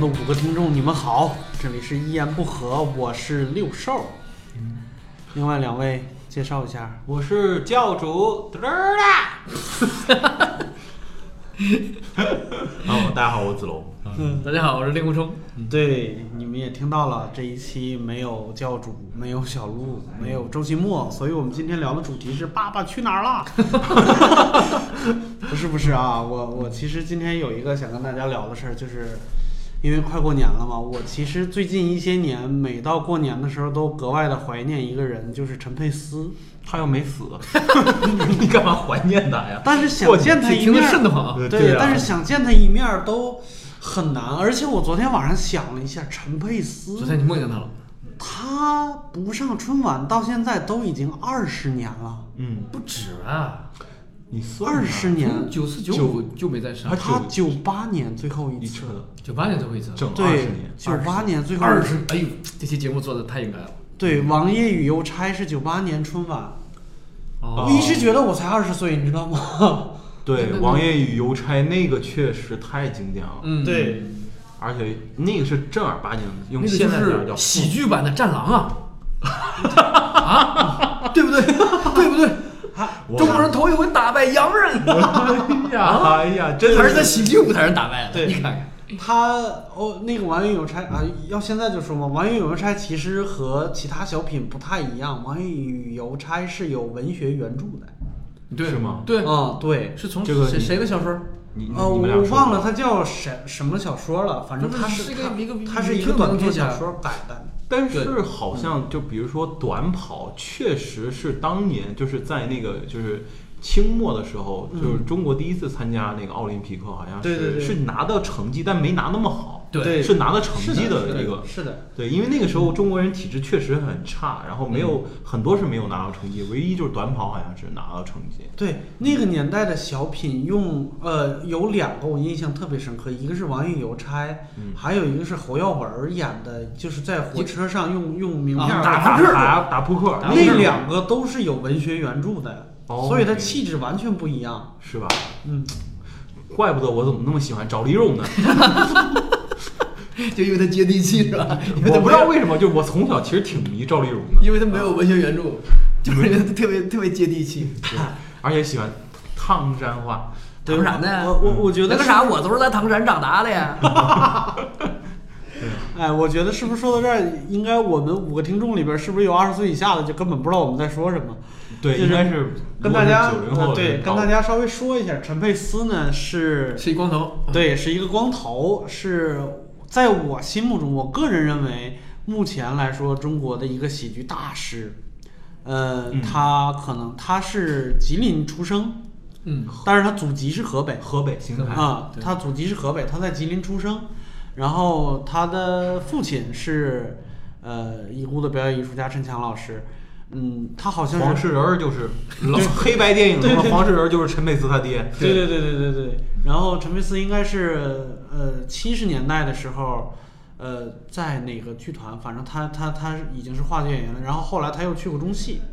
的五个听众，你们好，这里是一言不合，我是六兽。另外两位介绍一下，我是教主嘚儿啦。哦，大家好，我子龙。大家好，我是令狐 冲。嗯对，你们也听到了，这一期没有教主，没有小鹿，没有周奇墨，所以我们今天聊的主题是爸爸去哪儿了。 不是不是啊，我我其实今天有一个想跟大家聊的事儿，就是因为快过年了嘛，我其实最近一些年，每到过年的时候都格外的怀念一个人，就是陈佩斯。他又没死，你干嘛怀念他呀？ 但是想过见他一听得面儿，瘆得慌啊对对，啊但是想见他一面儿都很难。而且我昨天晚上想了一下，陈佩斯，昨天你梦见他了，他不上春晚到现在都已经二十年了，嗯，不止吧？你算二十年，九四九五就没再啊上，他九八年最后一一次车，的九八年最后一次。整二十对年，，九八年最后二十，哎呦，这期节目做的太应该了。对，王爷与邮差是九八年春晚，哦我一直觉得我才二十岁，你知道吗？对《王爷与邮差》那个确实太经典了，嗯，，对，而且那个是正儿八经的，那用个现在点儿就叫是喜剧版的《战狼》 啊，啊，对不对？对 不对？中国人头一回打败洋人，啊啊哎呀哎呀，真还的是在喜剧舞台上打败的。对你看看，他哦，那个《王爷与邮差》啊，要现在就说嘛，《王爷与邮差》其实和其他小品不太一样，《王爷与邮差》是有文学原著的。对是吗嗯对，啊、对，是从这个谁你谁的小说？ 你呃，你我们俩说忘了它叫什什么小说了，反正就是它是一个它一个它是一一个个短名篇作小家说改的。但是好像就比如说短跑，确实是当年就是在那个就是清末的时候，就是中国第一次参加那个奥林匹克，好嗯像是对对对是拿到成绩，但没拿那么好，对对是拿到成绩是一个。是的，对，因为那个时候中国人体质确实很差，然后嗯没有、很多是没有拿到成绩，唯一就是短跑好像是拿到成绩。对那个年代的小品用呃有两个我印象特别深刻，一个是王爷邮差，嗯还有一个是侯耀文儿演的，就是在火车上用用名片啊儿打扑克打打扑克，打那两个都是有文学原著的，哦所以它气质完全不一样。是吧？嗯，怪不得我怎么那么喜欢赵丽蓉 呢？就因为它接地气是吧？因为它我不知没有道为什么，就是我从小其实挺迷赵丽蓉的。因为它没有文学原著， 就是因为它特别特别接地气。而且喜欢烫山话。对唐山的我我我觉得那个是啥，我都是在唐山长大的呀。哎，我觉得是不是说到这儿，应该我们五个听众里边，是不是有二十岁以下的，就根本不知道我们在说什么？对，就是应该是跟大家九零后呃的对人跟大家稍微说一下，陈佩斯呢是是一光头，对是一个光头，是在我心目中，我个人认为目前来说中国的一个喜剧大师。呃，嗯他可能他是吉林出生，嗯，但是他祖籍是河北。河北邢台，啊，对他祖籍是河北，他在吉林出生，然后他的父亲是呃已故的表演艺术家陈强老师，嗯，他好像是黄世仁儿就是老黑白电影对中对的黄世仁儿就是陈佩斯他爹。对对对对对对，然后陈佩斯应该是呃七十年代的时候，呃在哪个剧团，反正他他他已经是话剧演员了，然后后来他又去过中戏。嗯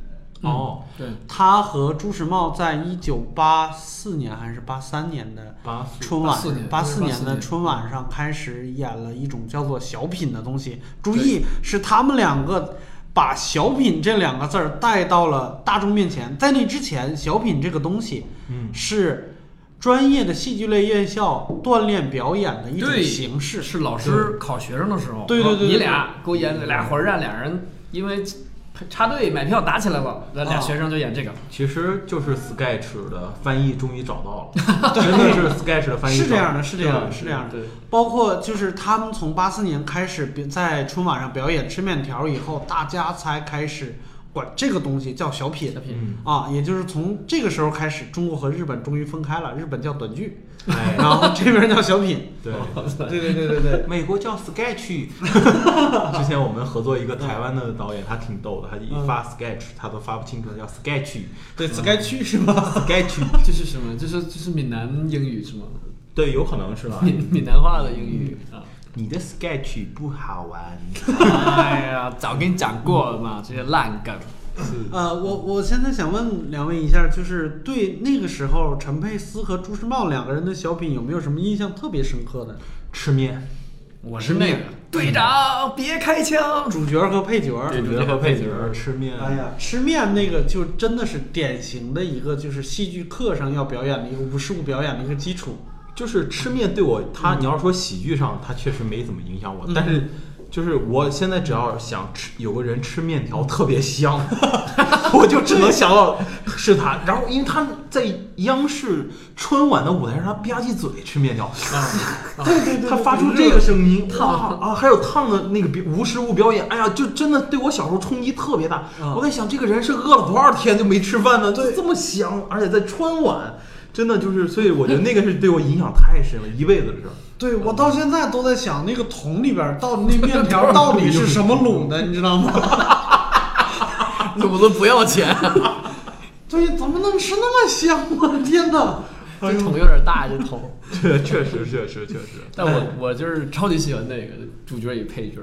哦，对，他和朱时茂在一九八四年还是八三年的八四春晚84，年八四84的年春晚上开始演了一种叫做小品的东西。注意，是他们两个把小品这两个字儿带到了大众面前。在那之前，小品这个东西，嗯是专业的戏剧类院校锻炼表演的一种对形式。是老师考学生的时候，对对对对你俩给我演俩火车站，俩人因为插队买票打起来了，那啊俩学生就演这个，其实就是 Sketch 的翻译终于找到 了，真的是 Sketch 的翻译是这找到样的，了是这样的，是这样的对。包括就是他们从八四年开始比在春晚上表演吃面条以后，大家才开始管这个东西叫小品。小品嗯，啊，也就是从这个时候开始，中国和日本终于分开了，日本叫短剧，哎，然后这边叫小品。对。对对对对对，美国叫 Sketch，之前我们合作一个台湾的导演，他挺逗的，他一发 Sketch，他都发不清楚，他叫 Sketch，Sketch，嗯对紫该区是吧？ 这是什么？这是这是闽南英语是吗？对，有可能是吧？ 闽闽南话的英语啊。你的 Sketch 不好玩。 哎呀，早跟你讲过了嘛，这些烂梗。呃，我我现在想问两位一下，就是对那个时候陈佩斯和朱时茂两个人的小品有没有什么印象特别深刻的？吃面，我是那个队长，别开 枪。主角和配角儿。对主角和配角儿吃面，哎呀，吃面那个就真的是典型的一个，就是戏剧课上要表演的一个无实物表演的一个基础。就是吃面对我，他你要说喜剧上，他确实没怎么影响我，嗯但是就是我现在只要想吃，有个人吃面条特别香，我就只能想到是他。然后因为他在央视春晚的舞台上，他吧唧嘴吃面条，对对啊他发出这个声音，烫啊，还有烫的那个表无实物表演，哎呀，就真的对我小时候冲击特别大。嗯我在想，这个人是饿了多少天就没吃饭呢？就这么香，而且在春晚，真的就是，所以我觉得那个是对我影响太深了，一辈子的事儿。对我到现在都在想那个桶里边儿到底那面条儿到底是什么卤 的，你知道吗？卤子不要钱，对，怎么能吃那么香啊？天哪！哎这桶有点大，这桶。确 确实确实确实，但我我就是超级喜欢那个主角与配角，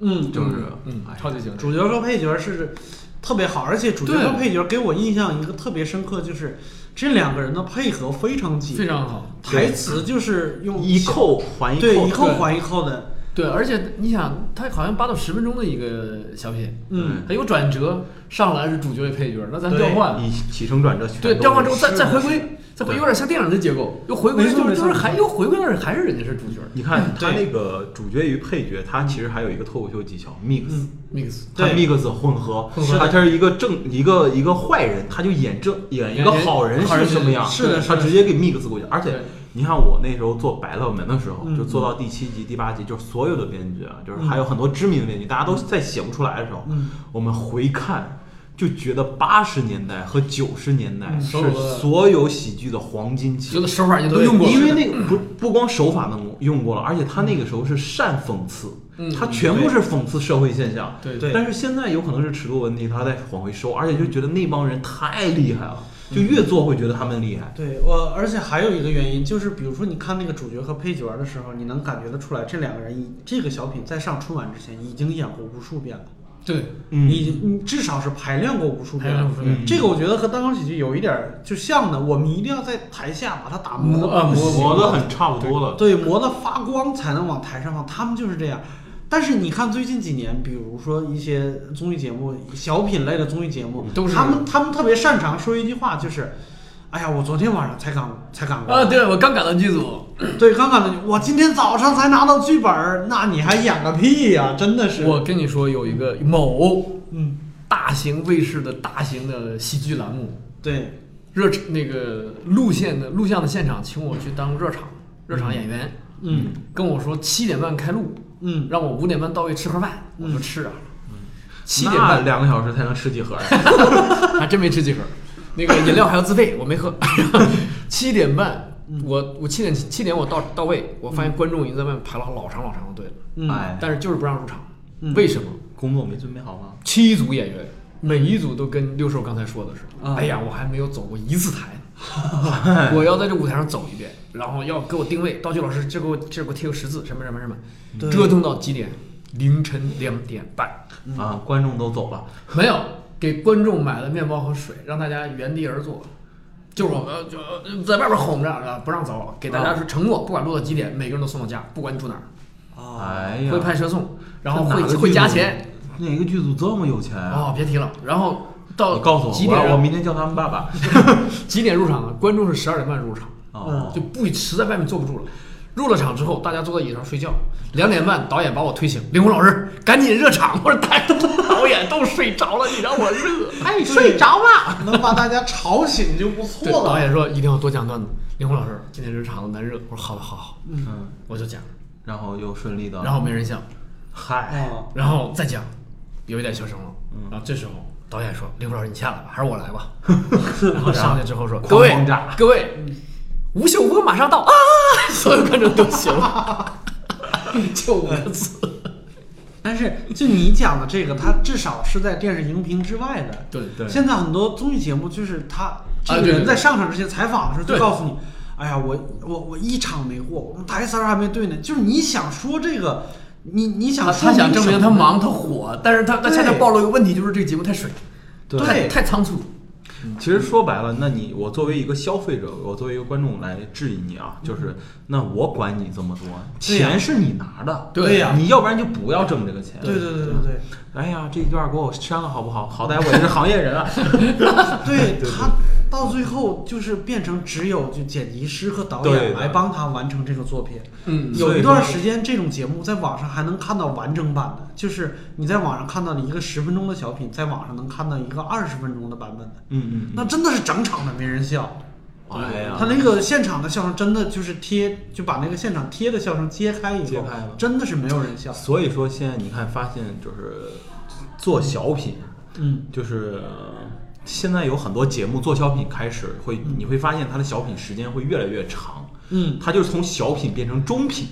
嗯，就是嗯，超级喜欢。主角和配角是特别好，而且主角对和配角给我印象一个特别深刻，就是这两个人的配合非常紧，非常好。台词就是用 一扣还一扣，对一扣对还一扣的，对，而且你想，他好像八到十分钟的一个小品，嗯，他有转折，上来是主角与配角，那咱对调换，以起承转折，对，调换之后再再回。是归，再回归有点像电影的结构，又回归没错就是就没是错还又回归那儿还是人家是主角你看他嗯对那个主角与配角，他其实还有一个脱口秀技嗯巧 mix，、 mix，他对 mix 混合，混合他他是一个正一个一个坏人，他就演正演一个好人好是人什么样，是的对是他的直接给 mix 过去。而且对你看我那时候做《百乐门》的时候嗯，就做到第七集、第八集，就是所有的编剧啊，就是还有很多知名的编剧，大家都在写不出来的时候嗯，我们回看。就觉得八十年代和九十年嗯代是所有的所有喜剧的黄金期，所有的手法也都对用过了，因为那个不不光手法能用过了，而且他那个时候是善讽刺嗯，他全部是讽刺社会现象。对对但是现在有可能是尺度问题，他在往回收，而且就觉得那帮人太厉害了，就嗯越做会觉得他们厉害。对我，而且还有一个原因就是，比如说你看那个主角和配角的时候，你能感觉得出来，这两个人已这个小品在上春晚之前已经演过无数遍了，对，嗯你你至少是排练过无数遍排练了过无数遍这个我觉得和单口喜剧有一点儿就像的，我们一定要在台下把它打磨磨的啊磨磨得很差不多了，对，磨得发光才能往台上放，他们就是这样。但是你看最近几年，比如说一些综艺节目、小品类的综艺节目，都是他们他们特别擅长说一句话，就是，哎呀，我昨天晚上才赶才赶过来啊，对我刚赶到剧组，对，刚刚的我今天早上才拿到剧本儿，那你还演个屁呀、真的是，我跟你说有一个某嗯，大型卫视的大型的喜剧栏目，对，热那个录线的录像的现场，请我去当热场热场演员，嗯跟我说七点半开录，嗯，让我五点半到位吃盒饭，我就吃啊，七点那半两个小时才能吃几盒呀？ 还真没吃几盒，那个饮料还要自费，我没喝。 七点半，嗯我我七点七点我到到位，我发现观众已经在外面排了老长老长的队了，嗯哎，但是就是不让入场嗯，为什么？工作没准备好 吗？七组演员，每一组都跟六兽刚才说的是，嗯啊哎呀，我还没有走过一次台， 我要在这舞台上走一遍，然后要给我定位，道具老师这给我这给我贴个十字，什么什么什么对，折腾到几点？凌晨两点半，啊，观众都走了，没有给观众买了面包和水，让大家原地而坐。就是我们就呃在外边哄着，啊不让走，给大家是承诺，不管录到几点，每个人都送到家，不管你住哪儿，啊，哎呀，哦会派车送，然后这会哪个会剧加组钱。，哪个剧组这么有钱啊？哦，别提了，然后到你告诉我，几我点要啊？我明天叫他们爸 爸。几点入场啊？观众是十二点半入场，哦，就不实在外面坐不住了。入了场之后，大家坐在椅子上睡觉。两点半，导演把我推醒，林红老师赶紧热场，我说大家都导演都睡着了，你让我热。哎，睡着了， 能把大家吵醒就不对，错导了。演说一定要多讲段子。林红老师，今天热场子难热，我说好吧，好好，嗯，我就讲。然后又顺利的，然后没人笑，嗨，啊，然后再讲，有一点笑声了。然后这时候导演说：“林红老师，你下来吧，还是我来吧。”然后上去之后说：“各位狂轰炸，各位，吴秀波马上到啊！” 所有观众都醒了，就五个字。但是就你讲的这个，它至少是在电视荧屏之外的。对对现在很多综艺节目就是他这啊个对人对在上场之前采访的时候就对告诉你，哎呀，我我我一场没过，我们台词儿还没对呢。就是你想说这个，你你想他说 他想明证什明么他呢忙他火，但是他他对恰恰暴露一个问题，就是这个节目太水，对太太仓促。嗯其实说白了，那你我作为一个消费者，我作为一个观众来质疑你啊，就是那我管你这么多，嗯对呀钱是你拿的，对呀你要不然就不要挣这个钱。对对对对对。哎呀，这一段给我删了好不好？好歹我也是行业人啊。对对他到最后就是变成只有就剪辑师和导对演的来帮他完成这个作品。嗯有所一以段说时间，这种节目在网上还能看到完整版的，就是你在网上看到了一个十分钟的小品，在网上能看到一个二十分钟的版本的， 嗯那真的是整场的没人笑。嗯，哎呀，他那个现场的笑声真的就是贴，就把那个现场贴的笑声揭开以揭后开了，真的是没有人笑。所以说现在你看，发现就是做小品，嗯，就是呃现在有很多节目做小品开始会，你会发现它的小品时间会越来越长。嗯，它就是从小品变成 中品，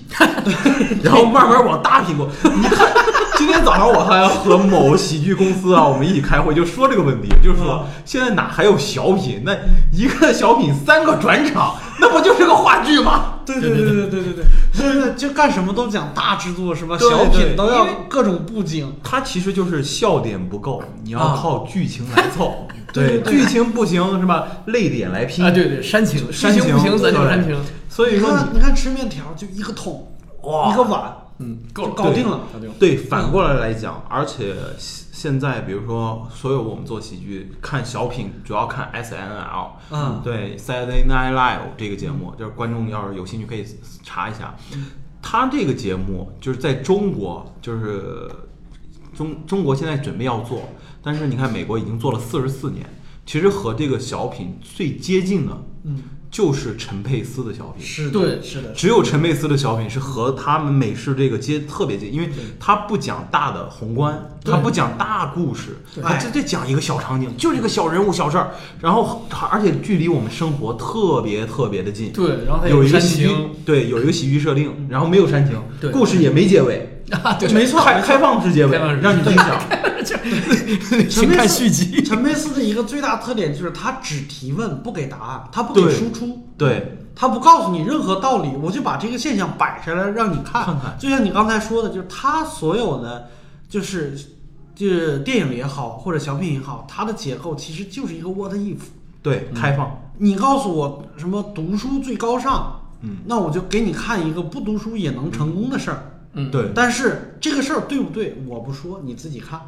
然后慢慢往大品过。你看，今天早上我还和某喜剧公司啊，我们一起开会就说这个问题，就是嗯说现在哪还有小品？那一个小品三个转场，那不就是个话剧吗？对对对对对对对，现在就干什么都讲大制作是吧？对小对品都因要为各种布景。它其实就是笑点不够，你要啊靠剧情来 凑。对对剧情不行是吧？泪点来拼。啊，对对，煽情，煽剧情不情行，咱就对煽情。所以你说看，你你看吃面条就一个桶，哇一个碗，嗯，够够了了，搞定了搞定了。对反过来来讲，而且现现在比如说，所有我们做喜剧看小品，主要看 S N L，嗯对 Saturday Night Live 这个节目，就是观众要是有兴趣可以查一下，他这个节目就是在中国，就是中中国现在准备要做，但是你看美国已经做了四十四年，其实和这个小品最接近的，嗯，就是陈佩斯的小品，是的，对是的，只有陈佩斯的小品是和他们美式这个接特别近，因为他不讲大的宏观，他不讲大故事，他这这讲一个小场景，就是一个小人物、小事儿，然后而且距离我们生活特别特别的近。对，然后他有一个煽喜剧情，嗯对，有一个喜剧设定，然后没有煽情，对故事也没结尾， 啊，对，没错，开开放式结尾开放，式让你去 想。陈请佩看斯续 集。陈佩斯的一个最大特点就是他只提问不给答案，他不给对输出，对，他不告诉你任何道理，我就把这个现象摆下来让你看。看看就像你刚才说的，就是他所有的，就是就是电影也好，或者小品也好，它的结构其实就是一个 what if。对，嗯开放，你告诉我什么读书最高尚，嗯，那我就给你看一个不读书也能成功的事儿。嗯，对但是这个事儿对不对，我不说，你自己看。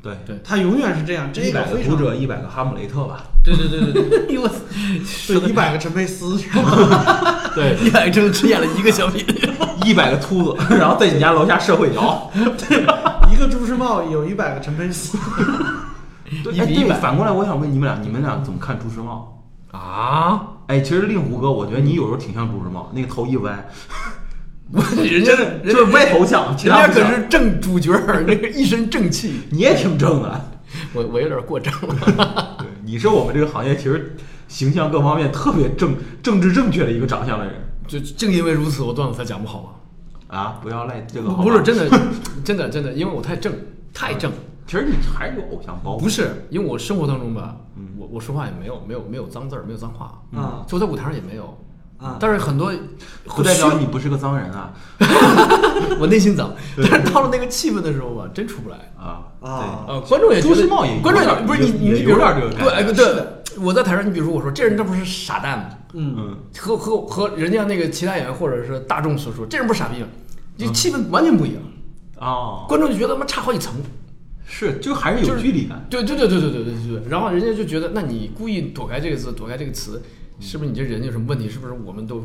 对，对他永远是这样，这一个百个非读常者，一百个哈姆雷特吧，对对对对对，哎呦我操，对一百个陈佩 斯是吧？对，一百正只演了一个小 品。 一百个秃子，然后在你家楼下社会摇。一个朱时茂有一百个陈佩 斯。对一哎比对一百反过来，我想问你们俩，你们俩怎么看朱时茂？啊，哎，其实令狐哥，我觉得你有时候挺像朱时茂，那个头一 歪，我人家人就是歪头像，其人他家不可像是正主角儿，那个一身正气。你也挺正的。我我有点过正了， 对，你是我们这个行业其实形象各方面特别正、政治正确的一个长相的人就正因为如此，我段子才讲不好嘛。啊！不要赖这个好吧，嗯不是 真的，真的真的，因为我太正，太正。其实你还是有偶像包袱。不是，因为我生活当中吧，嗯我我说话也没有没有没有脏字儿，没有脏话，嗯就在舞台上也没有嗯但是很多不代表我你不是个脏人啊虚 我内 心脏，但是到了那个气氛的时候吧，真出不来。啊！啊呃，观众也觉得朱时茂也有观众点不是你你也你比如有说点这个感觉对哎对，我在台上，你比如说我说这人他不是傻蛋吗？对，嗯，嗯，和和和人家那个其他演员或者是大众所说，这人不是傻逼吗？这气氛完全不一样，哦，观众就觉得他妈差好几层。是，就还是就有是距离感。对对对对对对对对对。然后人家就觉得，那你故意躲开这个字，躲开这个词，是不是你这人有什么问题？是不是我们都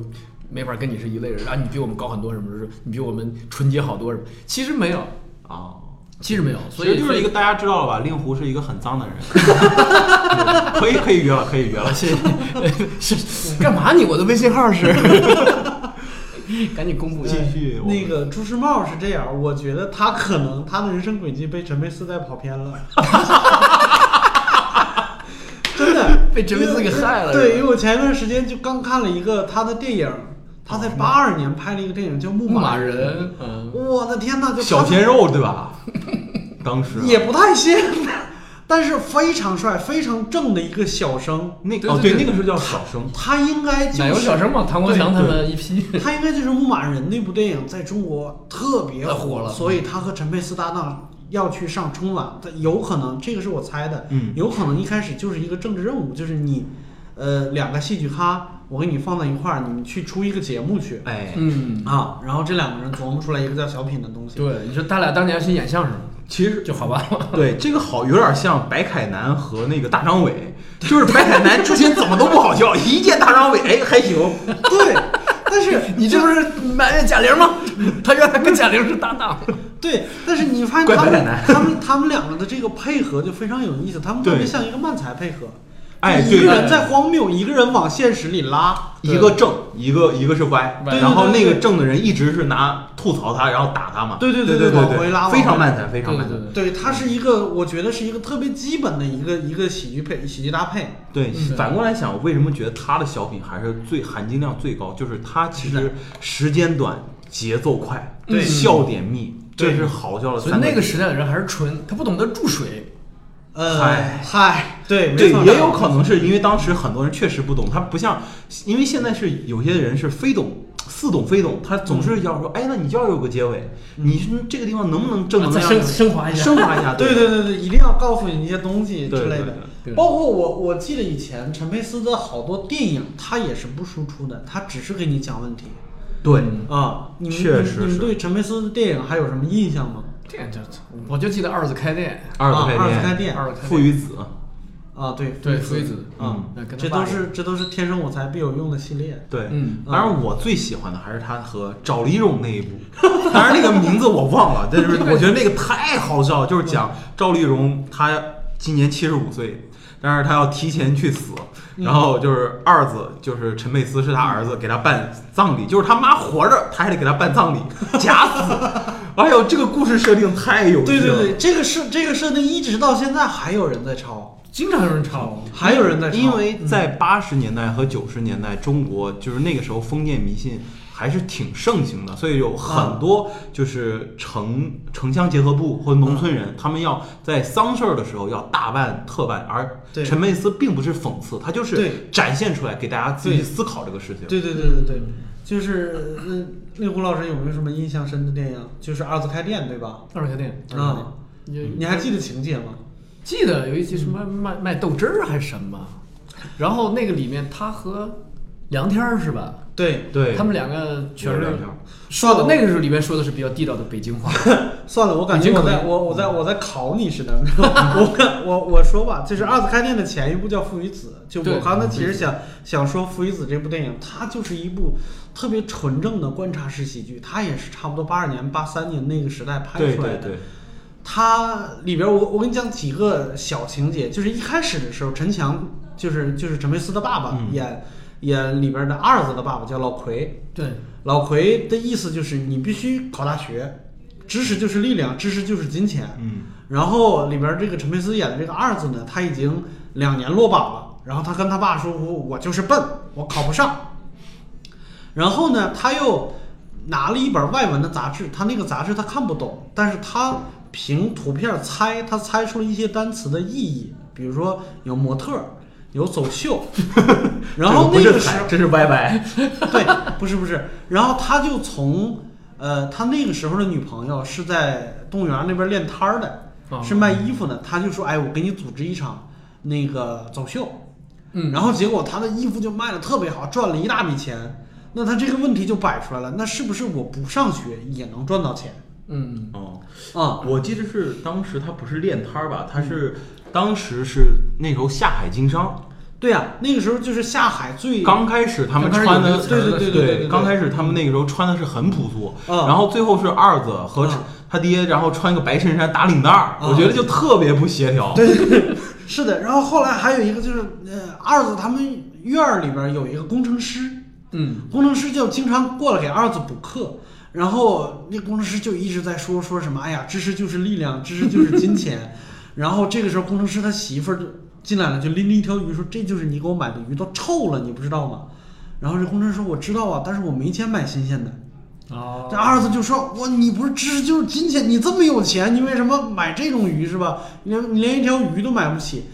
没法跟你是一类人啊？你比我们高很多，什么什么，你比我们纯洁好多什么？其实没有，哦。其实没有，所其实以就是一个大家知道了吧，令狐是一个很 脏的人，对可以可以约了，可以约了。谢谢。 是干嘛你？我的微信号是， 哎赶紧公布一下。 继续我们那个朱时茂是这样，我觉得他可能他的人生轨迹被陈佩斯带跑偏 了。真的被陈佩斯给害了对，是吧因为我前一段时间就刚看了一个他的电影，他在八二年拍了一个电影叫《木哦牧马马》。人，嗯，我的天呐，就他小鲜肉 对吧？当时啊也不太像， 但是非常帅、非常正的一个小生，那对哦对对，对那个是叫小生，他应该就奶油是小生嘛，唐国强他们一批。他应该就是《牧马人》那部电影在中国特别火了所以他和陈佩斯搭档要去上春晚，它有可能这个是我猜的，嗯有可能一开始就是一个政治任务，就是你，呃，两个戏剧咖，我给你放在一块儿，你们去出一个节目去，哎，嗯，啊，然后这两个人琢磨出来一个叫小品的东西，对，你说他俩当年是演相声，其实就好吧。对，这个好有点像白凯南和那个大 张伟，就是白凯南之前怎么都不好笑，一见大张伟，哎，还行。对，但是 你这不是埋怨贾玲吗？他原来跟贾玲是搭档。对，但是你发现怪他白们奶奶他们他们两个的这个配合就非常有意思，他们特别对像一个慢才配合，哎就对一个对人在荒谬，一个人往现实里拉，一个正，一个一个是歪，歪然后对对那对个正的人一直是拿吐槽他，然后打他嘛。对对对对对往回拉往非常回慢才，非常慢才。对，对它是一个我觉得是一个特别基本的一个一个喜剧配喜剧搭配，对，嗯反过来想，我为什么觉得他的小品还是最含金量最高？就是他其是实时间短，节奏快，对笑点密，对这是好笑的所三以那点个时代的人还是纯，他不懂得注水。呃，嗨嗨，对，没对错，，也有可能是因为当时很多人确实不懂，他不像，因为现在是有些人是非懂。似懂非懂，他总是要说，哎，那你就要有个结尾，嗯你是这个地方能不能正能啊再量升升华一下升华一下，对对对对，一定要告诉你一些东西之类啊对对的。对包括我，我记得以前陈佩斯的好多电影，他也是不输出的，他只是给你讲问题对，啊。你们确实你们是对陈佩斯的电影还有什么印象吗？这这，我就记得二次开店，二啊次二次开开店二次开父店与子，啊，对对夫夫妻妻子啊嗯那跟，他这爸都一样是这都是天生我材必有用的系列。对，嗯当然我最喜欢的还是他和赵丽蓉那一部， 当然那个名字我忘了，但是我觉得那个太好笑，就是讲赵丽蓉她今年七十五岁，但是她要提前去死，嗯然后就是二子就是陈佩斯是他儿子给他办葬礼，就是他妈活着他还得给他办葬礼，假 死。哎呦，这个故事设定太有趣对了。对对，这个设这个设定一直到现在还有人在抄，经常有人抄。还有人在嗯抄，因为在八十年代和九十年代，中国就是那个时候封建迷信还是挺盛行的，所以有嗯很多就是城城乡结合部或农嗯村人，他们要在丧事儿的时候要大办特办，而对陈佩斯并不是讽刺，他就对是展现出来给大家自己对思考这个事情。对对对对对，就是那令狐老师有没有什么印象深的电影？就是《二次开店》对吧？二次开店，二次开啊店，你你还记得情节吗？记得有一集什么卖卖豆汁儿还是什么，然后那个里面他和梁天儿是吧？对，对，他们两个全我是是梁天儿说的哦那个时候里面说的是比较地道的北 京话，算了，我感觉已经我可以嗯在我我在我在考你似的。我我我说吧，就是《二次开店》的前一部叫《父与子》，就我对刚才其实想想说《父与子》这部电影，它就是一部特别纯正的观察式喜剧，它也是差不多八二年、八三年那个时代拍对出来对的。对，它里边儿我我跟你讲几个小情节，就是一开始的时候，陈强就是就是陈佩斯的爸爸嗯演、演里边儿的二子的爸爸叫老奎，对，老奎的意思就是你必须考大学，知识就是力量，知识就是金钱。嗯，然后里边儿这个陈佩斯演的这个二子呢，他已经两年落榜了，然后他跟他爸说：“我我就是笨，我考不上。”然后呢，他又拿了一本外文的杂志，他那个杂志他看不懂，但是他凭图片猜，他猜出了一些单词的意义，比如说有模特儿，有走秀，然后那这个不是时踩这是 歪歪，对，不是不是，然后他就从呃，他那个时候的女朋友是在动物园那边练摊儿的，哦是卖衣服的，他就说，哎，我给你组织一场那个走秀，嗯然后结果他的衣服就卖的特别好，赚了一大笔钱。那他这个问题就摆出来了，那是不是我不上学也能赚到钱嗯，哦。啊、我记得是当时他不是练摊儿吧，他嗯是当时是那时候下海经商，对呀、那个时候就是下海最刚开始他们刚开始穿的有那个词儿的对对对对对刚开始他们那个时候穿的是很朴素，嗯然后最后是二子和嗯他爹，然后穿个白衬衫打领带儿，嗯我觉得就特别不协调。对对对， 是的。然后后来还有一个就是，呃，二子他们院儿里边有一个工程师，嗯，工程师就经常过来给二子补课，然后那工程师就一直在说说什么，哎呀，知识就是力量，知识就是金钱。然后这个时候，工程师他媳妇儿就进来了，就拎了一条鱼，说这就是你给我买的鱼，都臭了，你不知道吗？然后这工程师说我知道啊，但是我没钱买新鲜的。哦这，二子就说：“我你不是知识就是金钱，你这么有钱，你为什么买这种鱼是吧？你连你连一条鱼都买不起，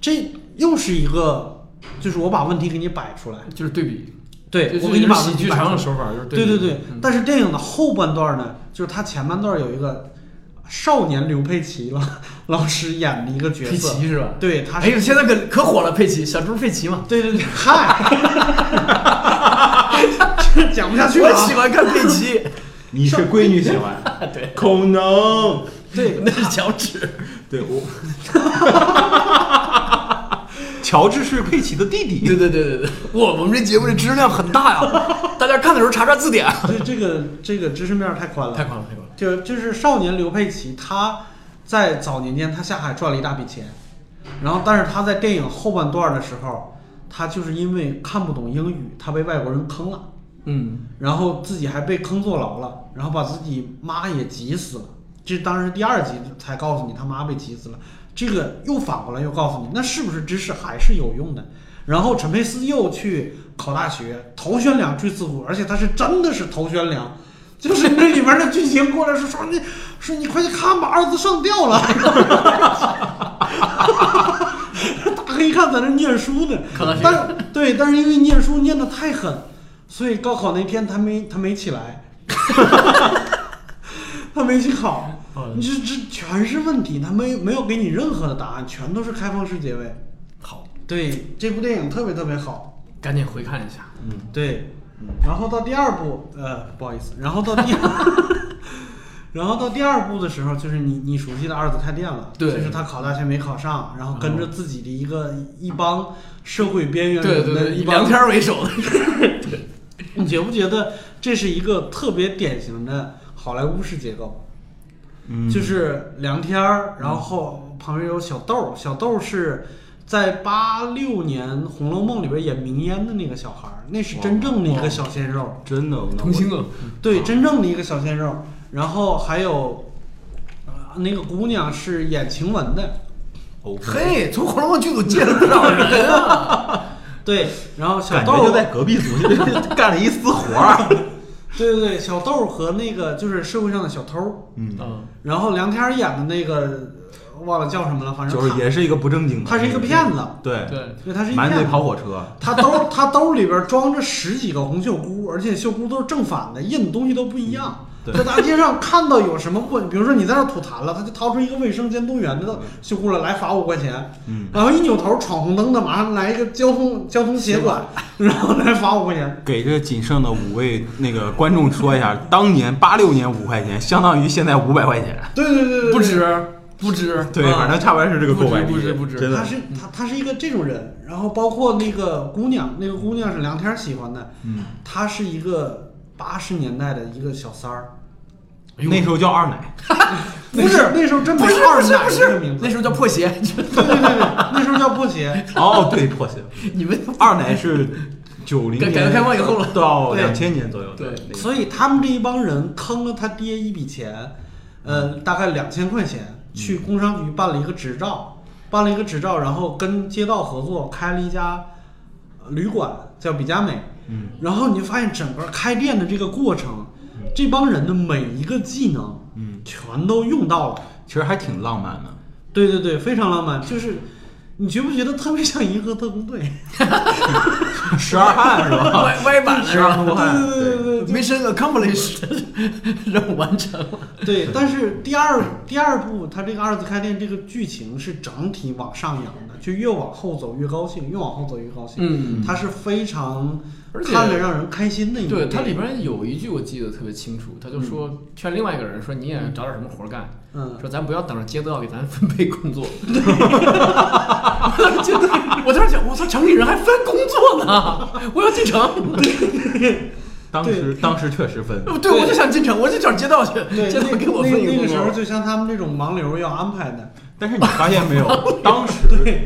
这又是一个，就是我把问题给你摆出来，就是对比，对就我给你是把喜剧常用说，手法，就是嗯对比对对。但是电影的后半段呢，就是它前半段有一个少年刘佩琦了老师演的一个角色，佩奇是吧？对，他哎是呦，现在可可火了，佩奇，小猪佩奇嘛。对对对， 嗨，这讲不下去了我啊。喜欢看佩奇，你是闺女喜欢？ 对，可能。对，那是脚趾。对 我，乔治是佩奇的弟弟 对。对对对对，哇，我们这节目的知识量很大呀， 大家看的时候查查字典。这这个这个知识面儿太宽了，太宽了，太宽了。就就是少年刘佩琦，他在早年间他下海赚了一大笔钱，然后但是他在电影后半段的时候，他就是因为看不懂英语，他被外国人坑了，嗯，然后自己还被坑坐牢了，然后把自己妈也急死了。这当然是第二集才告诉你他妈被急死了，这个又反过来又告诉你，那是不是知识还是有用的？然后陈佩斯又去考大学，头悬梁锥刺股，而且他是真的是头悬梁，就是那里面的剧情过来是说你说你快去看吧，二子上吊了， 大黑看在那念书呢，考大学但是对，但是因为念书念得太狠，所以高考那天他没他没起来，他没去考，你这这全是问题，他没没有给你任何的答案，全都是开放式结尾。好，对，这部电影特别特别好。赶紧回看一下。对，然后到第二部，呃，不好意思，然后到第， 然后到第二部的时候，就是你你熟悉的二子开店了，对嗯就是他考大学没考上，然后跟着自己的一个一帮社会边缘对人对的对，一以帮梁天为 首的。你觉不觉得这是一个特别典型的好莱坞式结构？嗯就是梁天儿，然后旁边有小豆儿，小豆儿是在八六年《红楼梦》里边演明烟的那个小孩儿，那是真正的一个小鲜肉，真的，那我童星啊，对，真正的一个小鲜肉。然后还有，呃那个姑娘是演晴雯的，哦，嘿，从《红楼梦》剧组借了不少人啊。对，然后小感豆觉儿就在隔壁组干了一私活 儿。对对对，小豆儿和那个就是社会上的小偷儿，嗯， 嗯，然后梁天儿演的那个呃忘了叫什么了，反正就是他也是一个不正经的，他是一个骗子，对，嗯对，因为他是一满嘴骗子。跑火车。他兜他兜里边装着十几个红袖箍，而且袖箍都是正反的，印的东西都不一样。嗯对在大街上看到有什么不，比如说你在那吐痰了，他就掏出一个卫生监督员的袖箍来，来罚五块钱。嗯，然后一扭头闯红灯的，马上来一个交通交通协管，然后来罚五块钱。给这仅剩的五位那个观众说一 下，当年八六年五块钱，相当于现在五百块钱。啊对对对对对，不止，不止。对，啊反正差不多是这个购买力，不止不止不止真的他是他他是一个这种人，然后包括那个姑娘，那个姑娘是梁天儿喜欢的，嗯，她是一个八十年代的一个小三儿，那时候叫二奶，不是那时候真没不是有二不是奶不这个名是，字，那时候叫破鞋。对对对对，那时候叫破鞋，哦，对，破鞋。你们二奶是九零改年改革开放以后了到对两千年左右的对那个。所以他们这一帮人坑了他爹一笔钱，呃，大概两千块钱，去工商局办了一个执照，办了一个执照，然后跟街道合作开了一家呃旅馆，叫比佳美。嗯，然后你就发现整个开店的这个过程，这帮人的每一个技能，嗯，全都用到了。其实还挺浪漫的。 对对对，非常浪漫，就是你觉不觉得特别像《银河特工队》？十二汉是吧？歪歪版了是十二吧？罗汉，对对对对对对，mission accomplished，任务完成了。对，但是第二第二部，它这个二次开店这个剧情是整体往上扬的，就越往后走越高兴，越往后走越高兴。嗯它是非常而且看着让人开心的一部对，它电里影边有一句我记得特别清楚，他就说劝另外一个人说你也找点什么活儿干，嗯说咱不要等着街道给咱分配 工作。 我就我当时想，我操，城里人还分工作啊呢，我要进 城。 当时当时确实分，对，我就想进城，我就找街道去，对，街道那给我分那一那工个时候作。就像他们这种盲流要安排的，但是你发 现没有，当时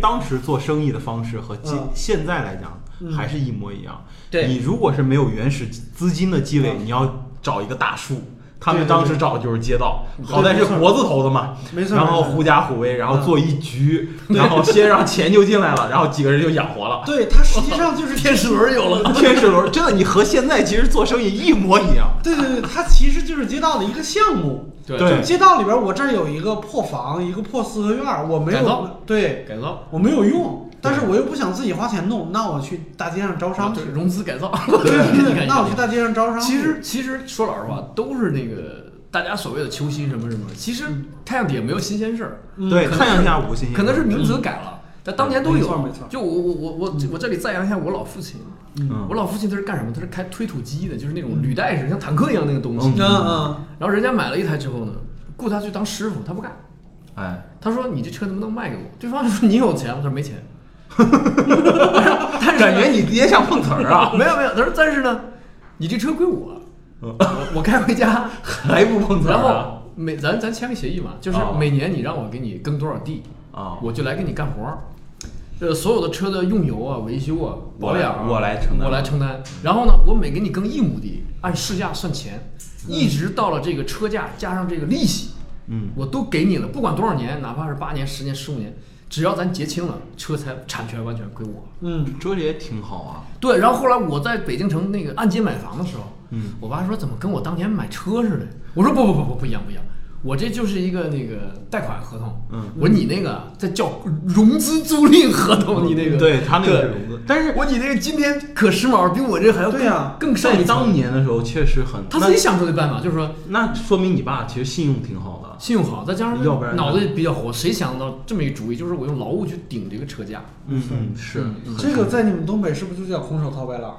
当时做生意的方式和今嗯现在来讲嗯还是一模一样。对你如果是没有原始资金的积累，嗯你要找一个大树。他对们对当时对找的就是街道，对好在没是错国字头的嘛，没错然没后错狐假虎威，然后嗯做一局，然后先让钱就进来 了，然后几个人就养活了。对，它实际上 就是天使轮有了，天使轮真的，你和现在其实做生意一模一样。对对对，它其实就是街道的一个项目。对对就街道里边，我这儿有一个破房，一个破四合院儿，我没改造有对，改造，我没有用，但是我又不想自己花钱弄，那我去大街上招商去啊对。融资改造。对 你对看对，那我去大街上招商去。其实其实说老实话，都是那个大家所谓的求新什么什么，其实嗯太阳底下没有新鲜事儿，对，可能太阳是下无嗯新鲜事，可能是名词改了，但当年都嗯没有错没错。嗯就我我我我我这里赞扬一下我老父亲，嗯我老父亲他是干什么？他是开推土机的，就是那种履带式像坦克一样那个东西。嗯嗯，然后人家买了一台之后呢，雇他去当师傅，他不干。哎，他说：“你这车能不能卖给我？”对方说：“你有钱吗？”他说：“没钱。”但是感觉你爹像碰瓷儿 啊， 没有没有，他说：“但是呢，你这车归我，嗯我我开回家。”还不碰瓷儿然啊？后每咱咱签个协议嘛，就是啊每年你让我给你耕多少地啊我就来给你干活儿。呃，所有的车的用油啊、维修啊、我保来养啊，我来承担我来承担。然后呢，我每给你耕一亩地，按市价算钱，一直到了这个车价加上这个利息，嗯，我都给你了，不管多少年，哪怕是八年、十年、十五年，只要咱结清了，车才产权完全归我。嗯这也挺好啊。对，然后后来我在北京城那个按揭买房的时候，嗯，我爸说怎么跟我当年买车似的？我说不不不不不一样不一样，我这就是一个那个贷款合同，嗯，我说你那个在叫融资租赁合同，你那个对他那个是融资对但是我你那个今天可时髦，比我这还要更对呀更上在一层啊当。年的时候确实很，他自己想出的办法就是说那那说明你爸其实信用挺好的。信用好，再加上要不然脑子也比较活，谁想到这么一主意？就是我用劳务去顶这个车价，嗯嗯，是这个在你们东北是不是就叫空手套白 狼？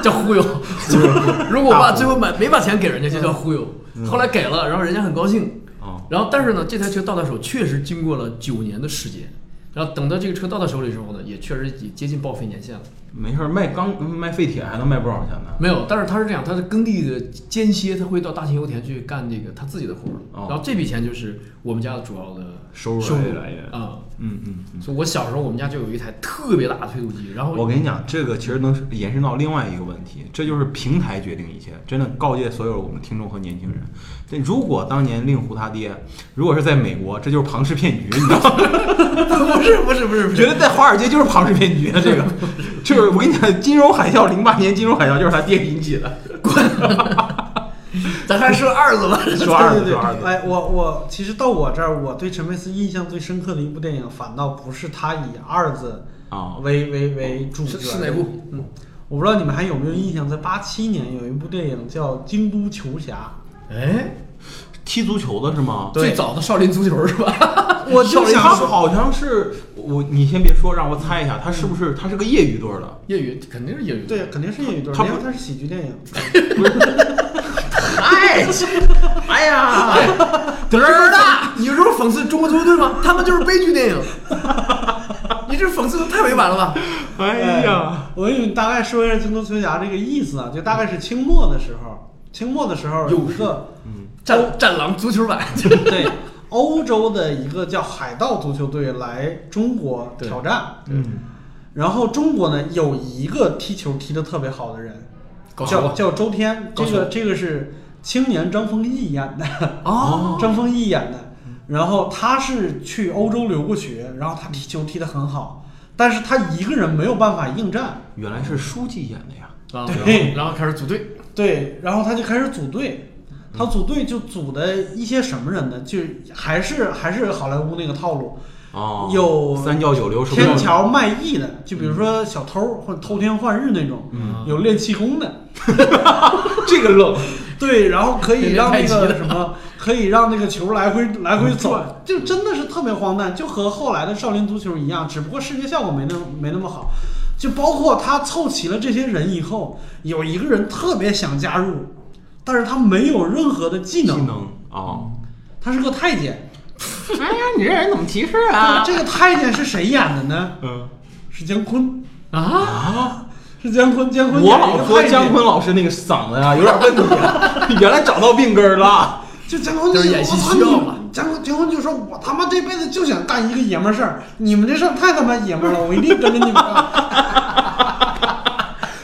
叫 忽悠。就是如果我爸最后买没把钱给人家，就嗯叫忽悠。后来给了，然后人家很高兴。哦然后但是呢，这台车到他手确实经过了九年的时间。然后等到这个车到他手里之后呢，也确实也接近报废年限了。没事儿，卖钢卖废铁还能卖不少钱呢。没有，但是他是这样，他的耕地的间歇，他会到大庆油田去干这个他自己的活儿。哦然后这笔钱就是我们家的主要的收入收入来源啊。嗯嗯嗯，所以我小时候我们家就有一台特别大的推土机，然后我 跟你讲，这个其实能延伸到另外一个问题，这就是平台决定一切。真的告诫所有我们听众和年轻人，这如果当年令狐他爹，如果是在美国，这就是庞氏骗局，你知道吗？不是不是不是不是觉得在华尔街就是庞氏骗局啊！这个就是我跟你讲，金融海啸零八年金融海啸就是他爹引起的。咱还说二子吧。说二对子，对说二对，子，哎，我我其实到我这儿，我对陈佩斯印象最深刻的一部电影，反倒不是他以二子啊为为为主角是的，是哪部？嗯，我不知道你们还有没有印象，在八七年有一部电影叫《京都球侠哎，踢足球的是吗？对最早的少林足球是吧？我就想他说好像是我，你先别说，让我猜一下，他是不是他是个业余队儿的？业余肯定是业余，》，对，啊肯定是业余队，他不因为它是喜剧电影。哎，哎 呀，德尔大，你这不是讽刺中国足球队吗？他们就是悲 剧电影，你这讽刺的太委婉了吧？哎呀，我给你们大概说一下京都球侠这个意思啊，就大概是清末的时候，清末的时候有一个哦战战狼足球版，对欧洲的一个叫海盗足球队来中国挑战，嗯，然后中国呢有一个踢球踢得特别好的人，搞什叫么？叫周天，这高个这个是青年张丰毅演的，哦， 张丰毅演的，然后他是去欧洲留过学，然后他踢球踢得很好，但是他一个人没有办法应战，原来是书记演的呀。啊对然后开始组队，对，然后他就开始组队，他组队就组的一些什么人呢？就还是还是好莱坞那个套路，哦，有三教九流什么天桥卖艺的，就比如说小偷或者偷天换日那种，有练气功的，这个愣，对，然后可以让那太极个了什么，可以让那个球来 回来回走，就真的是特别荒诞，就和后来的少林足球一样，只不过视觉效果没那没那么好。就包括他凑齐了这些人以后，有一个人特别想加入，但是他没有任何的技技能，能哦，他是个太监。哎呀，你这人怎么歧视啊？这个太监是谁演的呢？嗯是姜昆，啊，啊。是姜昆。姜昆我演了一个老说太监姜昆老师那个嗓子呀、有点问题、啊， 原来找到病根儿了。就姜昆就是说演戏我操需要你嘛姜昆姜昆就说：“我他妈这辈子就想干一个爷们儿事儿，你们这事儿太他妈爷们儿了，我一定跟着你们干。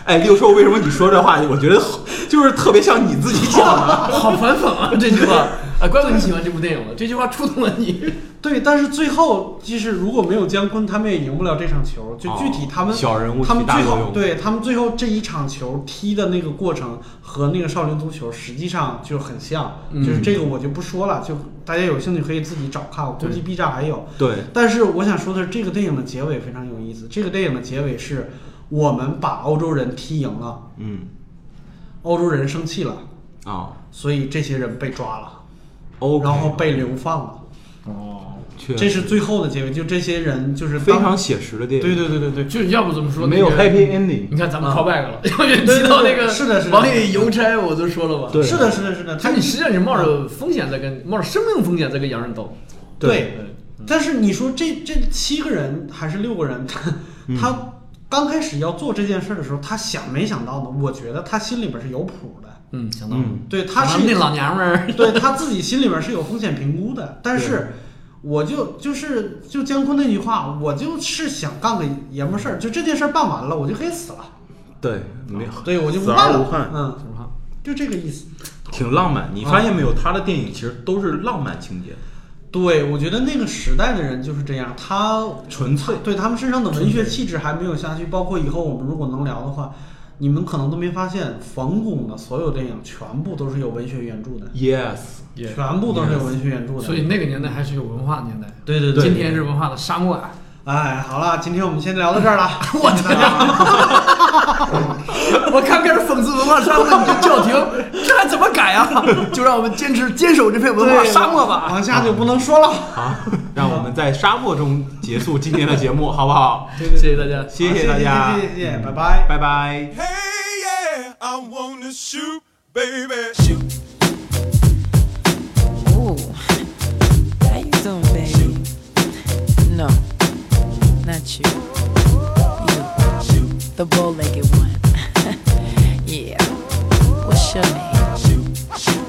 哎，六兽，为什么你说这话？我觉得好就是特别像你自己讲 的。好反讽 啊这句话，啊，怪不得你喜欢这部电影了，这句话触动了你。”对，但是最后即使如果没有姜昆，他们也赢不了这场球。就哦具体他们、小人物他们起大最作后用对他们最后这一场球踢的那个过程和那个少林足球实际上就很像，就是这个我就不说了，就大家有兴趣可以自己找看，我估计 B 站还有。对，但是我想说的是，这个电影的结尾非常有意思。这个电影的结尾是我们把欧洲人踢赢了，嗯，欧洲人生气了，啊所以这些人被抓了， ，OK，然后被流放了。哦，确这是实最后的结尾，就这些人就是非当常写实的电影，对对对对对，就是要不怎么说没有那个 happy ending 你看咱们啊 call back 了，因为对提到对那个是的是的王爷邮差，我都说了吧。对是的，是的，是的，他他你实际上你冒着风险在跟冒着生命风险在跟洋人斗，对对，但是你说这这七个人还是六个人，他嗯他刚开始要做这件事的时候，他想没想到呢？我觉得他心里边是有谱的，嗯，想到了嗯，对，他是那老娘们儿， 对他自己心里边是有风险评估的，但是我就就是就姜昆那句话，我就是想干个爷们儿事儿，就这件事儿办完了，我就可以死了，对，没有，对我就不死而干无了憾，嗯，啊就这个意思。挺浪漫。你发现没有，他的电影其实都是浪漫情节，对，我觉得那个时代的人就是这样，他纯粹对他们身上的文学气质还没有下去，包括以后我们如果能聊的话，你们可能都没发现，冯巩的所有电影全部都是有文学原著嗯的， ，yes，全部都是有文学原著的。所以那个年代还是有文化的年代。对对今对，天是文化的沙漠啊！ 哎，好了，今天我们先聊到这儿了，我 我看开始讽刺文化沙漠的教廷，这还怎么改啊？ 就让我们坚持坚守这片文化沙漠吧。往下就不能说了。 好，让我们在沙漠中结束今天的节目，好不好？谢谢大家。谢好谢大家，谢谢谢谢，拜拜。拜拜。 Hey, yeah, I wanna shoot, baby. Shoot. Ooh, how you doing, baby? No, not you. You, the bow-legged one. yeah. What's your name?